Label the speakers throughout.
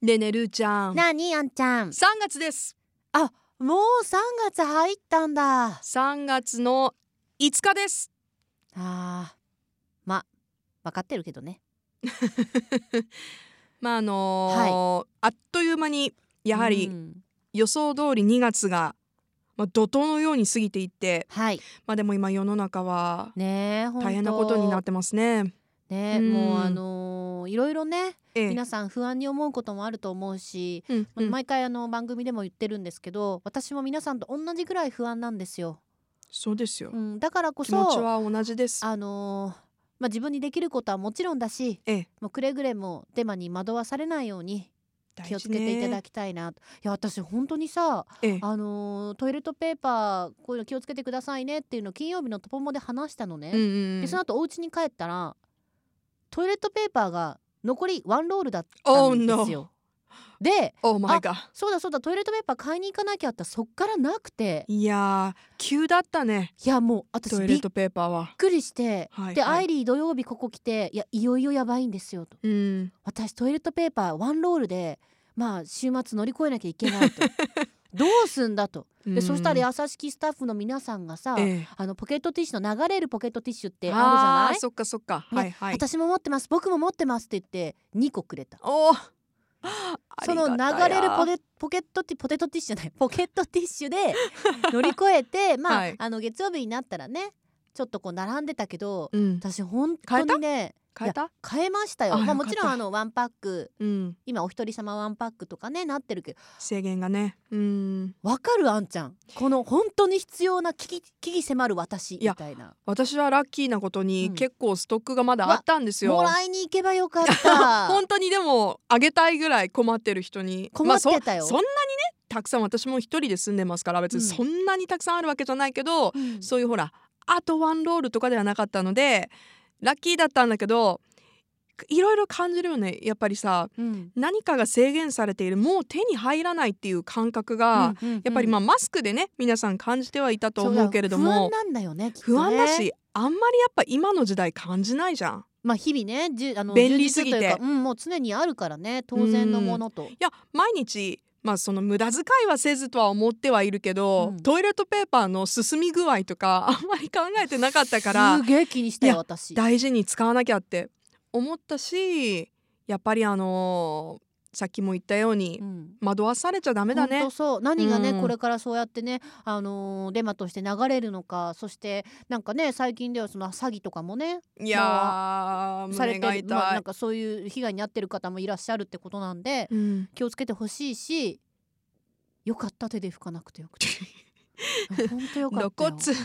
Speaker 1: ねえねえるーちゃん3
Speaker 2: なにあんちゃん
Speaker 1: 月です
Speaker 2: もう3月入ったんだあ
Speaker 1: 3月の5日です
Speaker 2: あーま分かってるけどね
Speaker 1: まああのーあっという間にやは
Speaker 2: う
Speaker 1: り
Speaker 2: ん
Speaker 1: 予想通り2月が、まあ、怒涛のように過ぎていって
Speaker 2: はい
Speaker 1: まあでも今世の中は
Speaker 2: ねえほん
Speaker 1: 大変なことになっててますね
Speaker 2: ねえ
Speaker 1: うん
Speaker 2: もうあのーいろいろね
Speaker 1: ええ
Speaker 2: 皆さん不安に思うこともあると思うし、
Speaker 1: うんうん
Speaker 2: 毎回あの番組でも言ってるんですけど私も皆さんと同じぐらい不安なんですよ、
Speaker 1: そうですよ
Speaker 2: うん、だからこ
Speaker 1: 気持ち
Speaker 2: そ
Speaker 1: は同じです
Speaker 2: あのーまあ自分にできることはもちろんだし
Speaker 1: ええ
Speaker 2: もうくれぐれもデマに惑わされないように気をつけていただ
Speaker 1: き
Speaker 2: きたいなと、いや私本当にさ
Speaker 1: ええ
Speaker 2: あのートイレットペーパーこういうの気をつけてくださいねっていうのを金曜日のトポモで話したの
Speaker 1: うんうん
Speaker 2: ね、
Speaker 1: う
Speaker 2: で
Speaker 1: ん
Speaker 2: その後お家に帰ったらトイレットペーパーが残りワンロールだったん
Speaker 1: Oh
Speaker 2: ですよ
Speaker 1: no
Speaker 2: で
Speaker 1: Oh my god
Speaker 2: そうだそうだトイレットペーパー買いに行かなきゃってそっからなくて
Speaker 1: いやー急だったね
Speaker 2: いやもう私
Speaker 1: トイレ
Speaker 2: びっ
Speaker 1: ットペーパーは
Speaker 2: くりして、
Speaker 1: はい
Speaker 2: で、
Speaker 1: はい
Speaker 2: アイリー土曜日ここ来ていやいよいよやばいんですよと
Speaker 1: うん
Speaker 2: 私トイレットペーパーワンロールでまあ週末乗り越えなきゃいけないとどうすん だとでそしたら優しきスタッフの皆さんがさ、
Speaker 1: うんええ
Speaker 2: あのポケットティッシュの流れるポケットティッシュってあるじゃ
Speaker 1: あ
Speaker 2: な
Speaker 1: ー
Speaker 2: い、
Speaker 1: そっかそっか、
Speaker 2: ね
Speaker 1: はいはい
Speaker 2: 私も持ってます僕も持ってますって言って2個くれた
Speaker 1: おー
Speaker 2: その流れるポテポケットティポテトティッシュじゃないポケットティッシュで 乗り越えてまあ,、
Speaker 1: はい
Speaker 2: あの月曜日になったらねちょっとこう並んでたけど、
Speaker 1: うん
Speaker 2: 私本当にね
Speaker 1: 変えた
Speaker 2: 変えましたよ
Speaker 1: あ
Speaker 2: ま
Speaker 1: よ
Speaker 2: あ
Speaker 1: か
Speaker 2: も
Speaker 1: った
Speaker 2: ちろんあのワンパック
Speaker 1: うん
Speaker 2: 今お一人様ワンパックとかねなってるけど
Speaker 1: 制限がねうん
Speaker 2: わかるあんちゃんこの本当に必要な危機危機迫る私
Speaker 1: いや
Speaker 2: みたいな
Speaker 1: 私はラッキーなこと
Speaker 2: う
Speaker 1: に
Speaker 2: ん
Speaker 1: 結構ストックがまだあったんですよ、
Speaker 2: もらいに行けばよかっ た
Speaker 1: 本当にでもあげたいぐらい困ってる人に
Speaker 2: 困ってた
Speaker 1: まあ
Speaker 2: よ
Speaker 1: そそんなにねたくさん私も一人で住んでますから別に
Speaker 2: うん
Speaker 1: そんなにたくさんあるわけじゃないけど、
Speaker 2: うん
Speaker 1: そういうほらあとワンロールとかではなかったのでラッキーだったんだけどいろいろ感じるよねやっぱりさ
Speaker 2: うん
Speaker 1: 何かが制限されているもう手に入らないっていう感覚が、
Speaker 2: うんうんうん
Speaker 1: やっぱりまあマスクでね皆さん感じてはいたと思うけれど
Speaker 2: そう
Speaker 1: も
Speaker 2: だ不安なんだよねきっとね
Speaker 1: 不安だしあんまりやっぱ今の時代感じないじゃん。
Speaker 2: まあ日々ねじゅあの
Speaker 1: 便利すぎて
Speaker 2: 充実というかうんもう常にあるからね当然のものと
Speaker 1: いや毎日まあその無駄遣いはせずとは思ってはいるけど、
Speaker 2: うん
Speaker 1: トイレットペーパーの進み具合とか あんまり考えてなかったから
Speaker 2: すげえ気にした
Speaker 1: い
Speaker 2: よ
Speaker 1: や
Speaker 2: 私
Speaker 1: 大事に使わなきゃって思ったしやっぱりあのーさっきも言ったように
Speaker 2: うん
Speaker 1: 惑わされちゃダメだね
Speaker 2: ほんと。そう何がね、
Speaker 1: うん
Speaker 2: これからそうやってね、あのーデマとして流れるのかそしてなんかね最近ではその詐欺とかもね
Speaker 1: いやー
Speaker 2: され
Speaker 1: 胸が
Speaker 2: て
Speaker 1: 痛い
Speaker 2: る、。まあ、なんかそういう被害に遭ってる方もいらっしゃるってことなんで
Speaker 1: うん
Speaker 2: 気をつけてほしいしよかった手で拭かなくて よくていやほんとよかった
Speaker 1: 露
Speaker 2: よ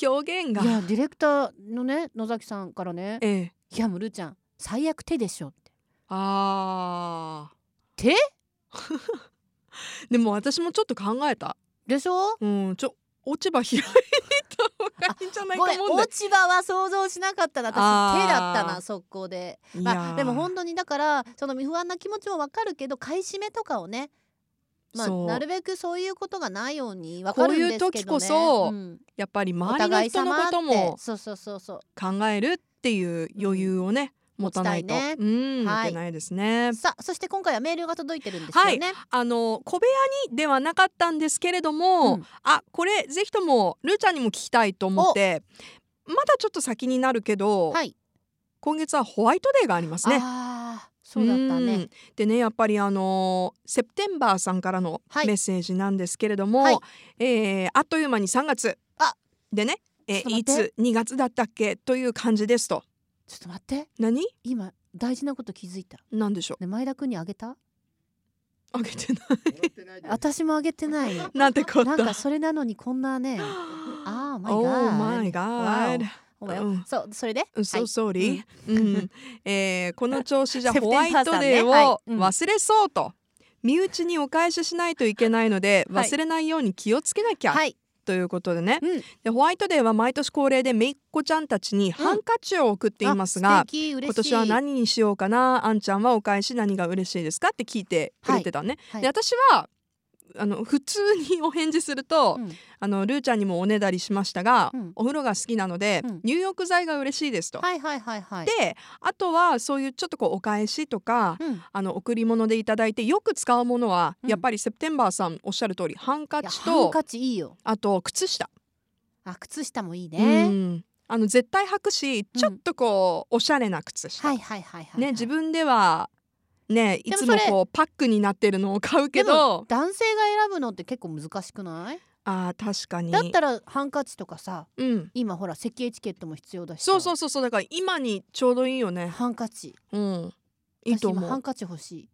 Speaker 1: 骨表現が
Speaker 2: いやディレクターのね野崎さんからね
Speaker 1: ええ
Speaker 2: 「いやむるちゃん最悪手でしょ」って
Speaker 1: あ ー
Speaker 2: 手
Speaker 1: でも私もちょっと考えた
Speaker 2: でしょ
Speaker 1: うんちょ落ち葉開いた方がいいんじゃない
Speaker 2: ごめん
Speaker 1: と思うんだ
Speaker 2: 落ち葉は想像しなかったな私
Speaker 1: あー
Speaker 2: 手だったな速攻で、
Speaker 1: いやー
Speaker 2: まあ、でも本当にだからその不安な気持ちもわかるけど買い占めとかをね、まあ、
Speaker 1: そう
Speaker 2: なるべくそういうことがないようにわかるんですけど、
Speaker 1: こ
Speaker 2: ね、
Speaker 1: ういう時こそ
Speaker 2: うん
Speaker 1: やっぱり
Speaker 2: お
Speaker 1: 周りの
Speaker 2: 互い
Speaker 1: 人の
Speaker 2: 様
Speaker 1: こ
Speaker 2: って
Speaker 1: とも
Speaker 2: そうそうそうそう
Speaker 1: 考えるっていう余裕をね、
Speaker 2: うん
Speaker 1: 持たないと、
Speaker 2: 持ちたいね
Speaker 1: うん、
Speaker 2: は
Speaker 1: い
Speaker 2: い
Speaker 1: けないですね。
Speaker 2: さあそして今回はメールが届いてるんですよね、
Speaker 1: あの小部屋にではなかったんですけれども、
Speaker 2: うん
Speaker 1: あこれぜひともルーちゃんにも聞きたいと思ってまだちょっと先になるけど、
Speaker 2: はい
Speaker 1: 今月はホワイトデーがありますね。
Speaker 2: ああそうだった
Speaker 1: う
Speaker 2: ね
Speaker 1: ん。でねやっぱりあのーセプテンバーさんからの
Speaker 2: はい
Speaker 1: メッセージなんですけれども、
Speaker 2: はい
Speaker 1: えーあっという間に3月
Speaker 2: あ
Speaker 1: でね、えー
Speaker 2: ちょっ
Speaker 1: い
Speaker 2: と待って
Speaker 1: つ2月だったっけという感じですと
Speaker 2: ちょっと待って
Speaker 1: 何
Speaker 2: 今大事なこと気づいた、
Speaker 1: なんでしょ
Speaker 2: ね、前田君にあげた
Speaker 1: うあげてな
Speaker 2: 私もあげてないよ
Speaker 1: い なんてこった
Speaker 2: なんかそれなのにこんなねあ あマイガ
Speaker 1: Oh
Speaker 2: ー
Speaker 1: my god
Speaker 2: お前
Speaker 1: うん
Speaker 2: そうそれで
Speaker 1: So
Speaker 2: はい
Speaker 1: sorry、うんえーこの調子じゃ
Speaker 2: セプ
Speaker 1: ホワ
Speaker 2: テ
Speaker 1: イ
Speaker 2: ンバー
Speaker 1: ト
Speaker 2: さんね
Speaker 1: デー
Speaker 2: は
Speaker 1: を
Speaker 2: いうん
Speaker 1: 忘れそうと、身内にお返ししないといけないので
Speaker 2: はい
Speaker 1: 忘れないように気をつけなきゃ
Speaker 2: はい
Speaker 1: ということでね、
Speaker 2: うん
Speaker 1: でホワイトデーは毎年恒例でめいっ子ちゃんたちにハンカチを送っています
Speaker 2: あ
Speaker 1: が
Speaker 2: 素、敵嬉しい
Speaker 1: 今年は何にしようかなあんちゃんはお返し何が嬉しいですかって聞いてくれてたね、
Speaker 2: はい
Speaker 1: で私はあの普通にお返事すると、
Speaker 2: うん
Speaker 1: あのルーちゃんにもおねだりしましたが、
Speaker 2: うん
Speaker 1: お風呂が好きなので、
Speaker 2: うん
Speaker 1: 入浴剤が嬉しいですと。
Speaker 2: はいはいはいはい。
Speaker 1: であとはそういうちょっとこうお返しとか、
Speaker 2: うん、い
Speaker 1: あの贈り物でいただいてよく使うものは、
Speaker 2: うん
Speaker 1: やっぱりセプテンバーさんおっしゃる通りハンカ
Speaker 2: や
Speaker 1: チ
Speaker 2: ハン
Speaker 1: と
Speaker 2: カチいいよ。
Speaker 1: あと靴下、
Speaker 2: あ靴下もいいね。
Speaker 1: うんあの絶対履くしちょっとこう、おしゃれな靴下、
Speaker 2: はいはいはいはい。
Speaker 1: ね、自分ではねい
Speaker 2: も
Speaker 1: つも
Speaker 2: それ
Speaker 1: こうパックになってるのを買うけ
Speaker 2: で
Speaker 1: ど
Speaker 2: 男性が選ぶのって結構難しくない
Speaker 1: あー確かに
Speaker 2: だったらハンカチとかさ
Speaker 1: うん、
Speaker 2: 今ほら設計チケットも必要だしさ
Speaker 1: そうそうそうそうだから今にちょうどいいよね、
Speaker 2: ハンカチ
Speaker 1: うん、いいと
Speaker 2: 私今ハ
Speaker 1: 思
Speaker 2: ン
Speaker 1: う
Speaker 2: カチ欲しい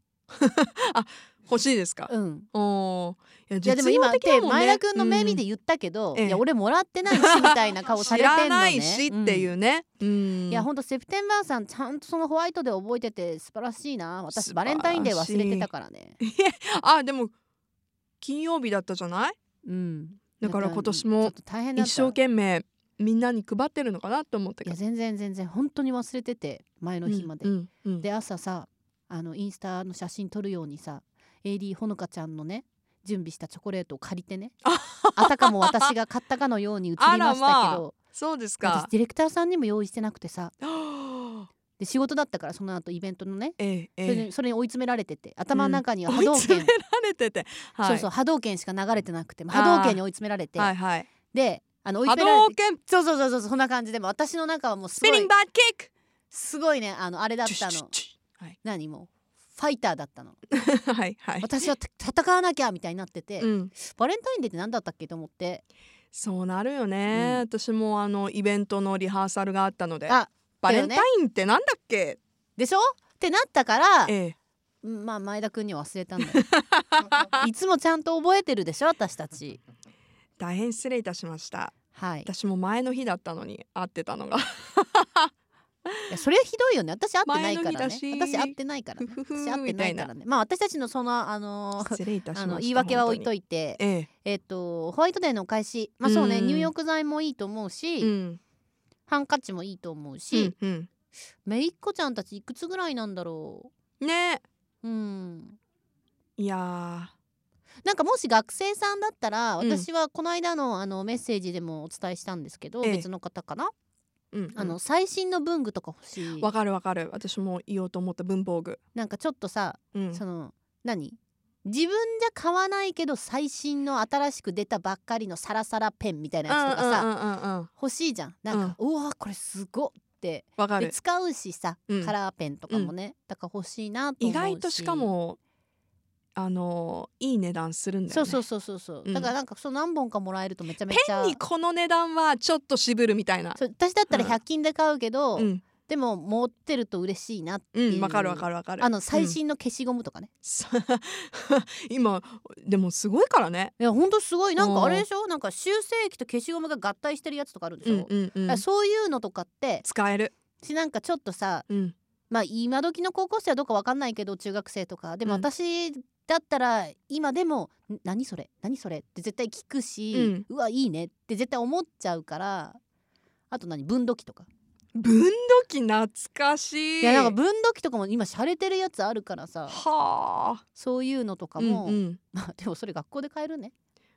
Speaker 1: 欲しいですか、
Speaker 2: うん
Speaker 1: おーいや
Speaker 2: いやでも
Speaker 1: 実
Speaker 2: 今
Speaker 1: 用
Speaker 2: っ
Speaker 1: 的
Speaker 2: て
Speaker 1: だもんね
Speaker 2: 前田君の目見
Speaker 1: うん
Speaker 2: で言ったけど、
Speaker 1: ええ
Speaker 2: いや俺もらってないしみたいな顔され
Speaker 1: 知
Speaker 2: てんのね
Speaker 1: らないしっていううね。うん
Speaker 2: んいやほんとセプテンバーさんちゃんとそのホワイトで覚えてて素晴らしいな私
Speaker 1: 素晴
Speaker 2: バ
Speaker 1: らし
Speaker 2: レ
Speaker 1: い
Speaker 2: ンタインデー忘れてたからね
Speaker 1: あでも金曜日だったじゃない
Speaker 2: うん
Speaker 1: だから今年
Speaker 2: ちょ
Speaker 1: も
Speaker 2: っと大変だっ
Speaker 1: 一
Speaker 2: た
Speaker 1: 生懸命みんなに配ってるのかなと思った
Speaker 2: い
Speaker 1: け
Speaker 2: や
Speaker 1: ど。
Speaker 2: 全然全然本当に忘れてて前の日まで、
Speaker 1: うんうんうん
Speaker 2: で朝さあのインスタの写真撮るようにさ AD ほのかちゃんのね準備したチョコレートを借り てねあたかも私が買ったかのように写りましたけど、
Speaker 1: あらまそうですか
Speaker 2: 私。ディレクターさんにも用意してなくてさ
Speaker 1: はあ
Speaker 2: で仕事だったからその後イベントのね
Speaker 1: えええ
Speaker 2: それ
Speaker 1: え
Speaker 2: にそれに追い詰められてて頭の中には
Speaker 1: 追
Speaker 2: 波
Speaker 1: い
Speaker 2: 動
Speaker 1: 詰
Speaker 2: 拳、
Speaker 1: められてて、はい、
Speaker 2: そうそう波動拳しか流れてなくてまあ
Speaker 1: あー
Speaker 2: 波動拳に追い詰められて、
Speaker 1: はいはい。
Speaker 2: であの追い
Speaker 1: 波
Speaker 2: 詰めら
Speaker 1: 動
Speaker 2: れて
Speaker 1: 拳
Speaker 2: そうそうそうそうそんな感じでもう私の中はもうす
Speaker 1: スピ
Speaker 2: ごい
Speaker 1: ニングバッドキック
Speaker 2: すごいねあのあれだった
Speaker 1: チュッ
Speaker 2: の
Speaker 1: チ
Speaker 2: 何もうファイターだったの
Speaker 1: ュッチュッ はいはい。
Speaker 2: 私はた戦わなきゃみたいになってて、
Speaker 1: うん、
Speaker 2: バレンタインデーって何だったっけと思って
Speaker 1: そうなるよね、
Speaker 2: う
Speaker 1: 私もあのイベントのリハーサルがあったので
Speaker 2: あ
Speaker 1: バレンタインってなんだっけ、
Speaker 2: でしょってなったから
Speaker 1: ええ、
Speaker 2: うんまあ前田君には忘 れたんだよいつもちゃんと覚えてるでしょ私たち
Speaker 1: 大変失礼いたしました
Speaker 2: はいい
Speaker 1: 私も前の日だったのに会ってた のが
Speaker 2: やそれひどいよね私会ってないから
Speaker 1: 前の日
Speaker 2: ね
Speaker 1: だし
Speaker 2: 私会ってないからね
Speaker 1: ふふふ
Speaker 2: 私会っ
Speaker 1: み
Speaker 2: てな
Speaker 1: た
Speaker 2: い
Speaker 1: い
Speaker 2: から
Speaker 1: な
Speaker 2: ねまあ私たちのそのあの
Speaker 1: 失礼いたしました
Speaker 2: あの言い訳は置いと
Speaker 1: い
Speaker 2: いて
Speaker 1: て、え
Speaker 2: えっとホワイトデーのお返しまあそうね
Speaker 1: うん
Speaker 2: 入浴剤もいいと思う
Speaker 1: え
Speaker 2: し、
Speaker 1: うん
Speaker 2: ハンカチもいいと思う
Speaker 1: う
Speaker 2: し、
Speaker 1: んうん
Speaker 2: めいっ子ちゃんたちいくつぐらいなんだろ
Speaker 1: ね
Speaker 2: ううん
Speaker 1: いや
Speaker 2: なんかもし学生さんだったら
Speaker 1: うん
Speaker 2: 私はこの間のあのメッセージでもお伝えしたんですけど、
Speaker 1: ええ
Speaker 2: 別の方かな、
Speaker 1: ー、うんうん、
Speaker 2: あの最新の文具とか欲しい
Speaker 1: わかるわかる私も言おうと思った文房具、
Speaker 2: なんかちょっとさ、
Speaker 1: うん、
Speaker 2: その何自分じゃ買わないけど最新の新しく出たばっかりのサラサラペンみたいなやつとかさ、
Speaker 1: うんうんうんうん
Speaker 2: 欲しいじゃんなんか、うわこれすごっって
Speaker 1: わか
Speaker 2: で
Speaker 1: る
Speaker 2: 使うしさ、
Speaker 1: うん
Speaker 2: カラーペンとかもね、だから欲しいなと
Speaker 1: 意
Speaker 2: 思うし
Speaker 1: 外としかもあのいい値段するんだよね
Speaker 2: そうそうそうそうそう、
Speaker 1: うん
Speaker 2: だからなんかそう何本かもらえるとめちゃめ
Speaker 1: ペ
Speaker 2: ちゃ
Speaker 1: ンにこの値段はちょっと渋るみたいな
Speaker 2: そう私だったら
Speaker 1: うん
Speaker 2: 100均で買うけど、
Speaker 1: うん
Speaker 2: でも持ってると嬉しいなって
Speaker 1: う
Speaker 2: い
Speaker 1: ん
Speaker 2: う
Speaker 1: わかるわかるわかる
Speaker 2: あの最新の消しゴムとかね、
Speaker 1: さ 今でもすごいからね。
Speaker 2: いやほんとすごいなん
Speaker 1: う
Speaker 2: か
Speaker 1: ん
Speaker 2: あれでしょなんか修正液と消しゴムが合体してるやつとかあるでし
Speaker 1: う
Speaker 2: ょ、
Speaker 1: んうんう
Speaker 2: だ
Speaker 1: ん
Speaker 2: からそういうのとかって
Speaker 1: 使える。
Speaker 2: しなんかちょっとさ
Speaker 1: うん
Speaker 2: まあ今時の高校生はどうかわかんないけど中学生とかでも
Speaker 1: うん
Speaker 2: 私だったら今でも「ん何それ何それ」って絶対聞くし、うわいいねって絶対思っちゃうからあと何分度器とか
Speaker 1: 分度器懐かしい。
Speaker 2: いやなんか分度器とかも今洒落てるやつあるからさ
Speaker 1: はあ。
Speaker 2: そういうのとかも、
Speaker 1: うんうん
Speaker 2: まあでもそれ学校で買えるね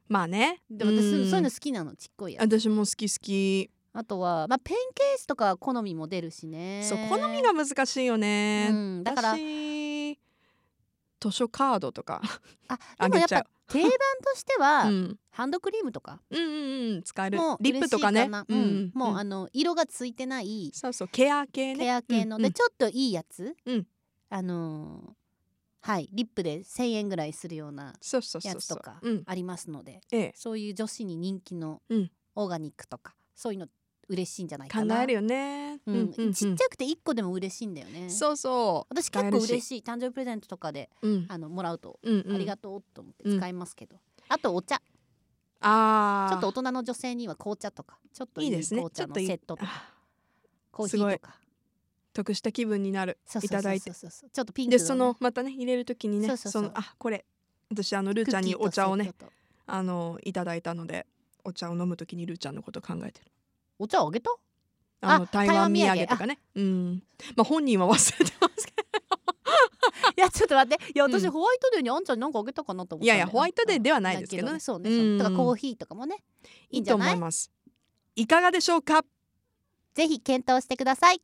Speaker 1: まあね。
Speaker 2: でも私そう
Speaker 1: うん
Speaker 2: そういうの好きなのちっこいやつ
Speaker 1: 私も好き好き。
Speaker 2: あとは、まあ、ペンケースとかは好みも出るしね
Speaker 1: そう好みが難しいよ
Speaker 2: う
Speaker 1: ね。
Speaker 2: ん、だから
Speaker 1: 私図書カードとか
Speaker 2: あ
Speaker 1: あ
Speaker 2: でも
Speaker 1: げ
Speaker 2: やっ
Speaker 1: ちゃ
Speaker 2: ぱ
Speaker 1: う。
Speaker 2: 定番としては、
Speaker 1: うん
Speaker 2: ハンドクリームとか
Speaker 1: うんうんうん使える
Speaker 2: もう。
Speaker 1: リップとか
Speaker 2: 嬉
Speaker 1: ね
Speaker 2: しいな。
Speaker 1: う
Speaker 2: うんん、もう、
Speaker 1: ん
Speaker 2: あの色がついてない
Speaker 1: そうそうケア系ね。
Speaker 2: ケア系の、
Speaker 1: うん
Speaker 2: でちょっといいやつ、
Speaker 1: うん
Speaker 2: あのーはいリップで1,000円ぐらいするような
Speaker 1: そうそう
Speaker 2: や
Speaker 1: そう
Speaker 2: つ
Speaker 1: そ
Speaker 2: と
Speaker 1: う
Speaker 2: か。
Speaker 1: うん
Speaker 2: ありますので、
Speaker 1: ええ
Speaker 2: そういう女子に人気の
Speaker 1: うん
Speaker 2: オーガニックとか、そういうの嬉しいんじゃないか
Speaker 1: 考
Speaker 2: な
Speaker 1: えるよね。
Speaker 2: うんちっちゃくて1個でも嬉しいんだよね
Speaker 1: そうそう。
Speaker 2: 私
Speaker 1: 使
Speaker 2: 結
Speaker 1: え
Speaker 2: 構
Speaker 1: るし
Speaker 2: 嬉しい誕生日プレゼントとかで
Speaker 1: うん
Speaker 2: あのもらうと、
Speaker 1: うんうん、
Speaker 2: ありがとうと思って使いますけど、あとお茶ち
Speaker 1: あ
Speaker 2: ょ
Speaker 1: ー
Speaker 2: っと大人の女性には紅茶とかちょっとい
Speaker 1: い
Speaker 2: い
Speaker 1: いですね
Speaker 2: 紅茶の
Speaker 1: ちょっといい
Speaker 2: セットとか
Speaker 1: あ
Speaker 2: コーヒーとか
Speaker 1: 得した気分になる
Speaker 2: そうそうそうそう
Speaker 1: いただいて
Speaker 2: そうそうちょっとピンク
Speaker 1: でそのまたね入れるときにね
Speaker 2: そうそうそう
Speaker 1: のあこれ私あのル
Speaker 2: ル
Speaker 1: ーちゃんにお茶をねあのいただいたのでお茶を飲むときにルーちゃんのこと考えてる
Speaker 2: お茶をあげた
Speaker 1: あの
Speaker 2: あ
Speaker 1: 台湾
Speaker 2: 台湾土
Speaker 1: 土
Speaker 2: 産
Speaker 1: 産とかねうんまあ本人は忘れてますけど
Speaker 2: いやちちょっと待っていや
Speaker 1: うん
Speaker 2: 私、ホワイトデーにあんちゃんに何かあげたかなと思ったんだよ
Speaker 1: いやいやホワイトデーではないですけどね
Speaker 2: だそうね、
Speaker 1: うん
Speaker 2: そうとかコーヒーとかもねいい
Speaker 1: い
Speaker 2: ん
Speaker 1: い
Speaker 2: じゃ
Speaker 1: と
Speaker 2: ない
Speaker 1: 思いますいかがでしょうか
Speaker 2: ぜひ検討してください